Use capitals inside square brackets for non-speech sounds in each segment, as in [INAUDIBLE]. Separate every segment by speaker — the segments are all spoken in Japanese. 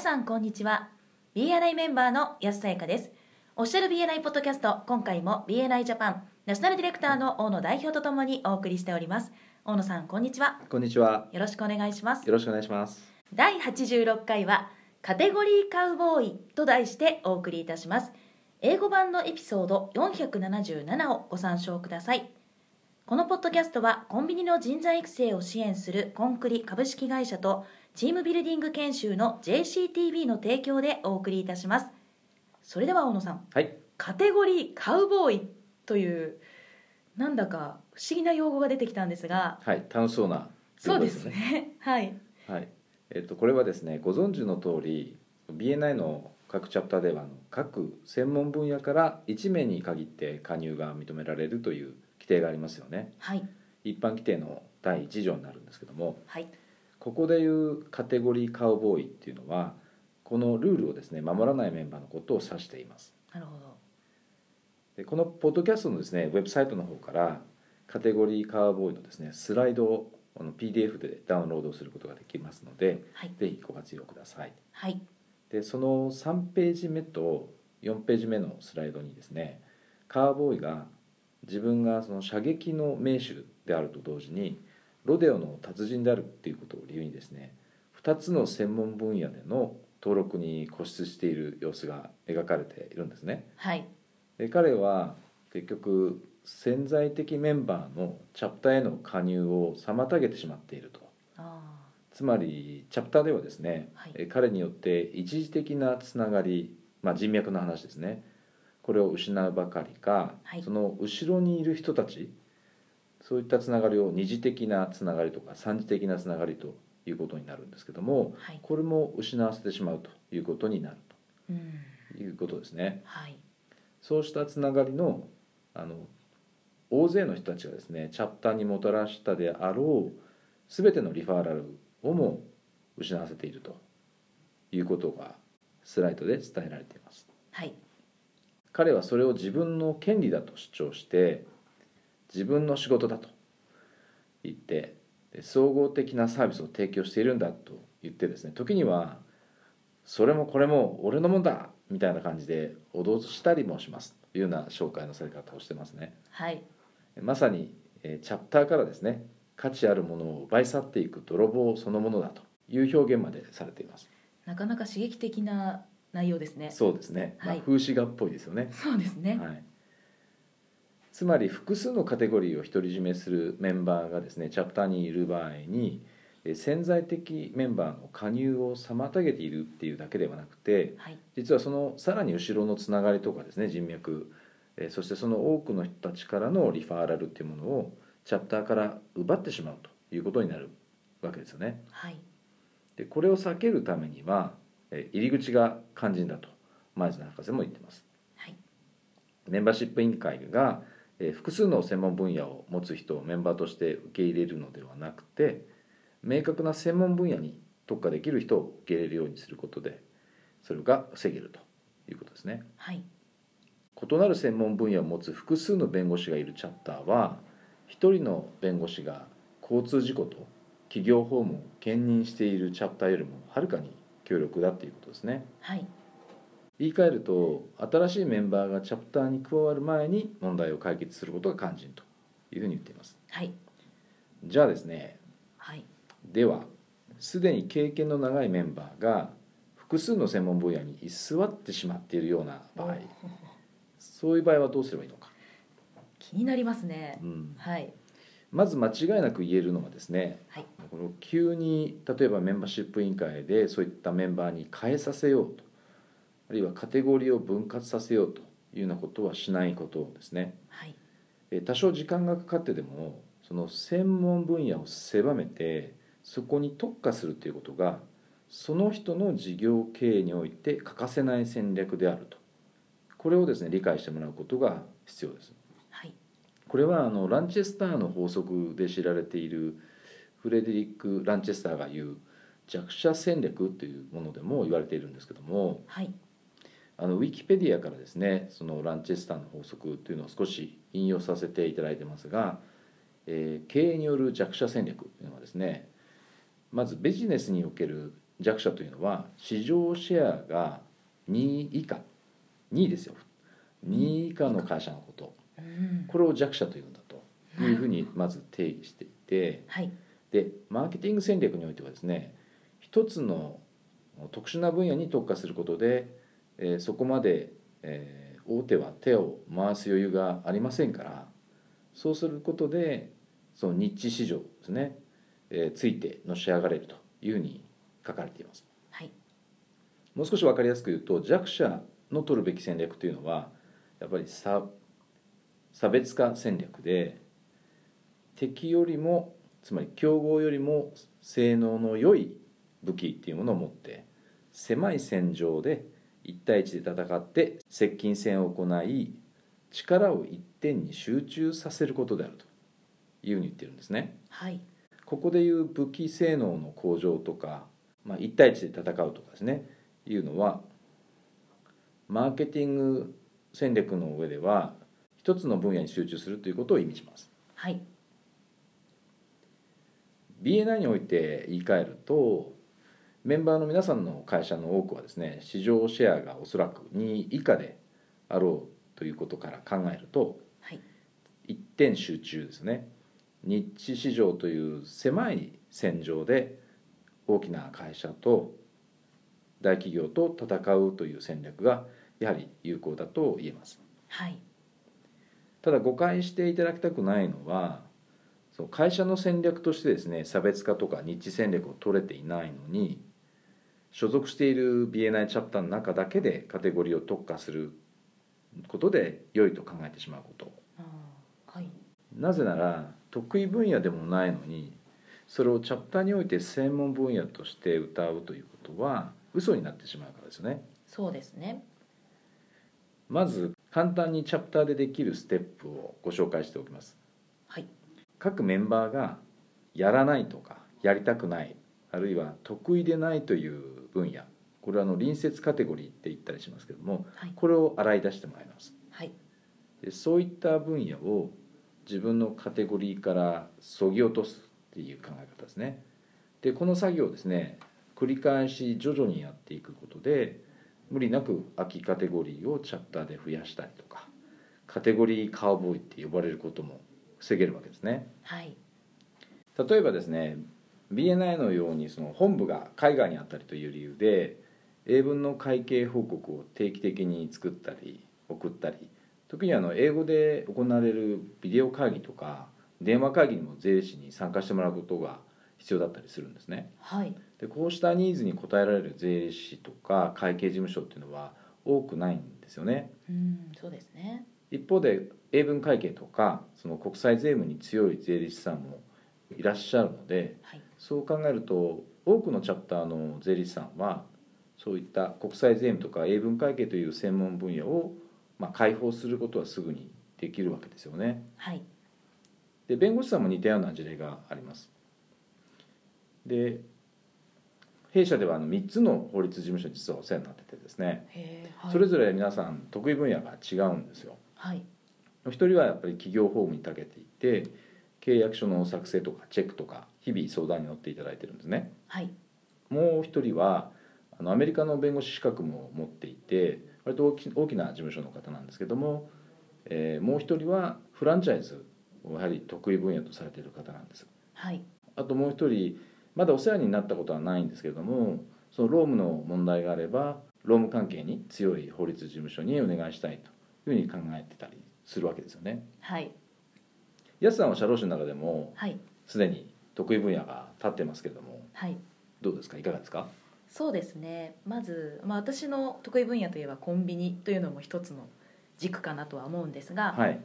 Speaker 1: さんこんにちは BNI メンバーの安田彩香ですオフィシャル BNI ポッドキャスト今回も BNI ジャパンナショナルディレクターの大野代表とともにお送りしております大野さんこんにちは
Speaker 2: こんにちは。
Speaker 1: よろしくお願いします
Speaker 2: よろしくお願いします。
Speaker 1: 第86回は「カテゴリーカウボーイ」と題してお送りいたします英語版のエピソード477をご参照くださいこのポッドキャストはコンビニの人材育成を支援するコンクリ株式会社とチームビルディング研修の JCTV の提供でお送りいたしますそれでは大野さん
Speaker 2: はい。
Speaker 1: カテゴリーカウボーイというなんだか不思議な用語が出てきたんですが
Speaker 2: はい。楽しそうな。
Speaker 1: そうです。ね [LAUGHS] はい
Speaker 2: はい。えっ、とこれはですね、ご存知の通り、BNI の各チャプターではあの各専門分野から1名に限って加入が認められるという規定がありますよね。
Speaker 1: はい
Speaker 2: 一般規定の第1条になるんですけども、
Speaker 1: はい
Speaker 2: ここでいうカテゴリーカウボーイっていうのは、このルールをですね、守らないメンバーのことを指しています。
Speaker 1: なるほど
Speaker 2: でこのポッドキャストのですねウェブサイトの方からカテゴリーカーボーイのですねスライドをあの PDF でダウンロードすることができますので
Speaker 1: はい
Speaker 2: ぜひご活用ください
Speaker 1: はい
Speaker 2: でその3ページ目と4ページ目のスライドにですねカーボーイが自分がその射撃の名手であると同時にロデオの達人であるっていうことを理由にですね2つの専門分野での登録に固執している様子が描かれているんですね
Speaker 1: はい
Speaker 2: で彼は結局潜在的メンバーのチャプターへの加入を妨げてしまっていると
Speaker 1: あ
Speaker 2: つまりチャプターではですね、
Speaker 1: はい
Speaker 2: え彼によって一時的なつながり、まあ、人脈の話ですねこれを失うばかりか、
Speaker 1: はい
Speaker 2: その後ろにいる人たちそういったつながりを二次的なつながりとか三次的なつながりということになるんですけども
Speaker 1: ーはい
Speaker 2: これも失わせてしまうということになる
Speaker 1: うん
Speaker 2: ということですね。
Speaker 1: はい
Speaker 2: そうしたつながりのあの大勢の人たちがですねチャプターにもたらしたであろう全てのリファーラルをも失わせているということがスライドで伝えられています
Speaker 1: はい
Speaker 2: 彼はそれを自分の権利だと主張して自分の仕事だと言ってで総合的なサービスを提供しているんだと言ってですね時にはそれもこれも俺のもんだみたいな感じで脅したりもしますというような紹介のされ方をしてますね
Speaker 1: はい
Speaker 2: まさにえーチャプターからですね価値あるものを奪い去っていく泥棒そのものだという表現までされています
Speaker 1: なかなか刺激的な内容ですね
Speaker 2: そうですね、まあ
Speaker 1: はい
Speaker 2: 風刺画っぽいですよね
Speaker 1: そうですね
Speaker 2: はい、つまり複数のカテゴリーを独り占めするメンバーがですねチャプターにいる場合にえー潜在的メンバーの加入を妨げているっていうだけではなくて
Speaker 1: はい
Speaker 2: 実はそのさらに後ろのつながりとかですね人脈えーそしてその多くの人たちからのリファーラルっていうものをチャプターから奪ってしまうということになるわけですよね。
Speaker 1: はい
Speaker 2: でこれを避けるためにはえー入り口が肝心だと前津博士も言ってます、
Speaker 1: はい
Speaker 2: メンバーシップ委員会がえー複数の専門分野を持つ人をメンバーとして受け入れるのではなくて明確な専門分野に特化できる人を受け入れるようにすることでそれが防げるということですね
Speaker 1: はい
Speaker 2: 異なる専門分野を持つ複数の弁護士がいるチャプターは一人の弁護士が交通事故と企業訪問を兼任しているチャプターよりもはるかに強力だということですね
Speaker 1: はい
Speaker 2: 言い換えると新しいメンバーがチャプターに加わる前に問題を解決することが肝心というふうに言っています
Speaker 1: はい
Speaker 2: じゃあですね
Speaker 1: はい
Speaker 2: ではすでに経験の長いメンバーが複数の専門分野に居座ってしまっているような場合そういう場合はどうすればいいのか、
Speaker 1: 気になりますね
Speaker 2: うん、
Speaker 1: はい
Speaker 2: まず間違いなく言えるのはですね
Speaker 1: はい
Speaker 2: この急に例えばメンバーシップ委員会でそういったメンバーに変えさせようとあるいはカテゴリーを分割させようというようなことはしないことをですね
Speaker 1: はい
Speaker 2: えー多少時間がかかってでもその専門分野を狭めてそこに特化するということがその人の事業経営において欠かせない戦略であるとこれをですね理解してもらうことが必要です。
Speaker 1: はい
Speaker 2: これはあのランチェスターの法則で知られているフレデリック・ランチェスターが言う弱者戦略というものでも言われているんですけども
Speaker 1: はい
Speaker 2: あのウィキペディアからですねそのランチェスターの法則というのを少し引用させていただいてますが、えー経営による弱者戦略というのはですねまずビジネスにおける弱者というのは市場シェアが2以下2ですよ2以下の会社のこと
Speaker 1: うん
Speaker 2: これを弱者というんだというふうにまず定義していて
Speaker 1: はい
Speaker 2: でマーケティング戦略においてはですね一つの特殊な分野に特化することで、えーそこまで、えー大手は手を回す余裕がありませんからそうすることでそのニッチ市場ですね、えーついてのし上がれるというふうに書かれています。
Speaker 1: はい
Speaker 2: もう少し分かりやすく言うと弱者の取るべき戦略というのはやっぱり差差別化戦略で敵よりもつまり競合よりも性能の良い武器っていうものを持って狭い戦場で1対1で戦って接近戦を行い力を一点に集中させることであるというふうに言ってるんですね。
Speaker 1: はい
Speaker 2: ここでいう武器性能の向上とか、まあ、1対1で戦うとかですねいうのはマーケティング戦略の上では一つの分野に集中するということを意味します。
Speaker 1: はい
Speaker 2: BNI において言い換えるとメンバーの皆さんの会社の多くはですね市場シェアがおそらく2以下であろうということから考えると
Speaker 1: はい
Speaker 2: 一点集中ですね日地市場という狭い戦場で大きな会社と大企業と戦うという戦略がやはり有効だと言えます
Speaker 1: はい
Speaker 2: ただ誤解していただきたくないのはその会社の戦略としてですね差別化とか日地戦略を取れていないのに所属している BNI チャプターの中だけでカテゴリーを特化することで良いと考えてしまうこと
Speaker 1: あーはい
Speaker 2: なぜなら得意分野でもないのにそれをチャプターにおいて専門分野として歌うということは嘘になってしまうからですよね
Speaker 1: そうですね
Speaker 2: まず簡単にチャプターでできるステップをご紹介しておきます
Speaker 1: はい
Speaker 2: 各メンバーがやらないとかやりたくないあるいは得意でないという分野これはあの隣接カテゴリーって言ったりしますけども
Speaker 1: はい
Speaker 2: これを洗い出してもらいます
Speaker 1: はい
Speaker 2: でそういった分野を自分のカテゴリーからそぎ落とすっていう考え方ですねでこの作業をですね繰り返し徐々にやっていくことで無理なく空きカテゴリーをチャプターで増やしたりとかカテゴリーカウボーイって呼ばれることも防げるわけですね
Speaker 1: はい
Speaker 2: 例えばですね BNI のようにその本部が海外にあったりという理由で英文の会計報告を定期的に作ったり送ったり時にあの英語で行われるビデオ会議とか電話会議にも税理士に参加してもらうことが必要だったりするんですね
Speaker 1: はい
Speaker 2: でこうしたニーズに応えられる税理士とか会計事務所っていうのは多くないんですよね
Speaker 1: うんそうですね
Speaker 2: 一方で英文会計とかその国際税務に強い税理士さんもいらっしゃるので
Speaker 1: はい
Speaker 2: そう考えると多くのチャプターの税理士さんはそういった国際税務とか英文会計という専門分野を、まあ、開放することはすぐにできるわけですよね。
Speaker 1: はい
Speaker 2: で弁護士さんも似たような事例があります。で弊社ではあの3つの法律事務所に実はお世話になっててですね、
Speaker 1: へえはい
Speaker 2: それぞれ皆さん得意分野が違うんですよ。
Speaker 1: はい
Speaker 2: 一人はやっぱり企業法務に長けていて契約書の作成とかチェックとか日々相談に乗っていただいてるんですね。
Speaker 1: はい
Speaker 2: もう一人はあのアメリカの弁護士資格も持っていて割と大き大きな事務所の方なんですけども、えーもう一人はフランチャイズをやはり得意分野とされている方なんです
Speaker 1: はい
Speaker 2: あともう一人まだお世話になったことはないんですけれどもその労務の問題があれば労務関係に強い法律事務所にお願いしたいというふうに考えてたりするわけですよね。
Speaker 1: はい
Speaker 2: 安さんは社労士の中でも
Speaker 1: はい
Speaker 2: すでに得意分野が立ってますけれども
Speaker 1: はい
Speaker 2: どうですかいかがですか
Speaker 1: そうですねまず、まあ、私の得意分野といえばコンビニというのも一つの軸かなとは思うんですが、
Speaker 2: はい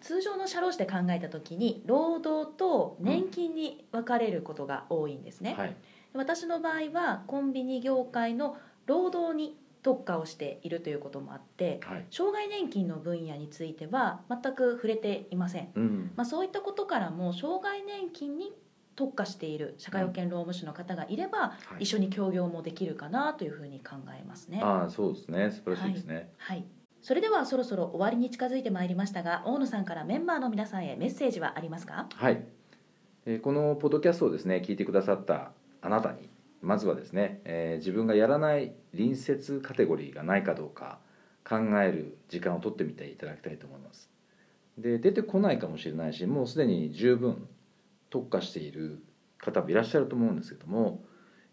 Speaker 1: 通常の社労士で考えた時に労働と年金に分かれることが多いんですね、
Speaker 2: はい
Speaker 1: 私の場合はコンビニ業界の労働に特化をしているということもあって
Speaker 2: はい
Speaker 1: 障害年金の分野については全く触れていません
Speaker 2: うん
Speaker 1: まあ、そういったことからも障害年金に特化している社会保険労務士の方がいれば、
Speaker 2: はい
Speaker 1: 一緒に協業もできるかなというふうに考えますね。
Speaker 2: ああそうですね素晴らしいですね、
Speaker 1: はいそれではそろそろ終わりに近づいてまいりましたが大野さんからメンバーの皆さんへメッセージはありますか
Speaker 2: はい、えーこのポッドキャストをですね聞いてくださったあなたにまずはですね、えー自分がやらない隣接カテゴリーがないかどうか考える時間を取ってみていただきたいと思いますで出てこないかもしれないしもうすでに十分特化している方もいらっしゃると思うんですけども、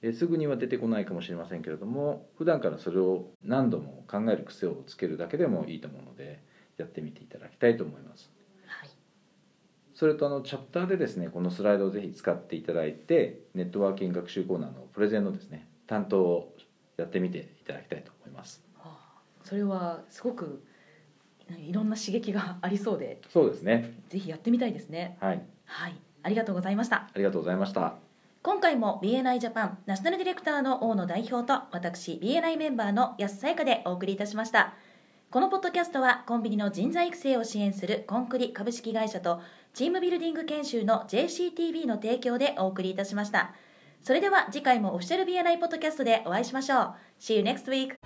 Speaker 2: えーすぐには出てこないかもしれませんけれども普段からそれを何度も考える癖をつけるだけでもいいと思うのでやってみていただきたいと思います
Speaker 1: はい
Speaker 2: それとあのチャプターでですねこのスライドをぜひ使っていただいてネットワーキング学習コーナーのプレゼンのですね担当をやってみていただきたいと思います
Speaker 1: はあそれはすごくいろんな刺激がありそうで
Speaker 2: そうですね
Speaker 1: ぜひやってみたいですね
Speaker 2: はい
Speaker 1: はいありがとうございました
Speaker 2: ありがとうございました
Speaker 1: 今回も BNI ジャパンナショナルディレクターの大野代表と私 BNI メンバーの安さやかでお送りいたしましたこのポッドキャストはコンビニの人材育成を支援するコンクリ株式会社とチームビルディング研修の JCTB の提供でお送りいたしましたそれでは次回もオフィシャル BNI ポッドキャストでお会いしましょう See you next week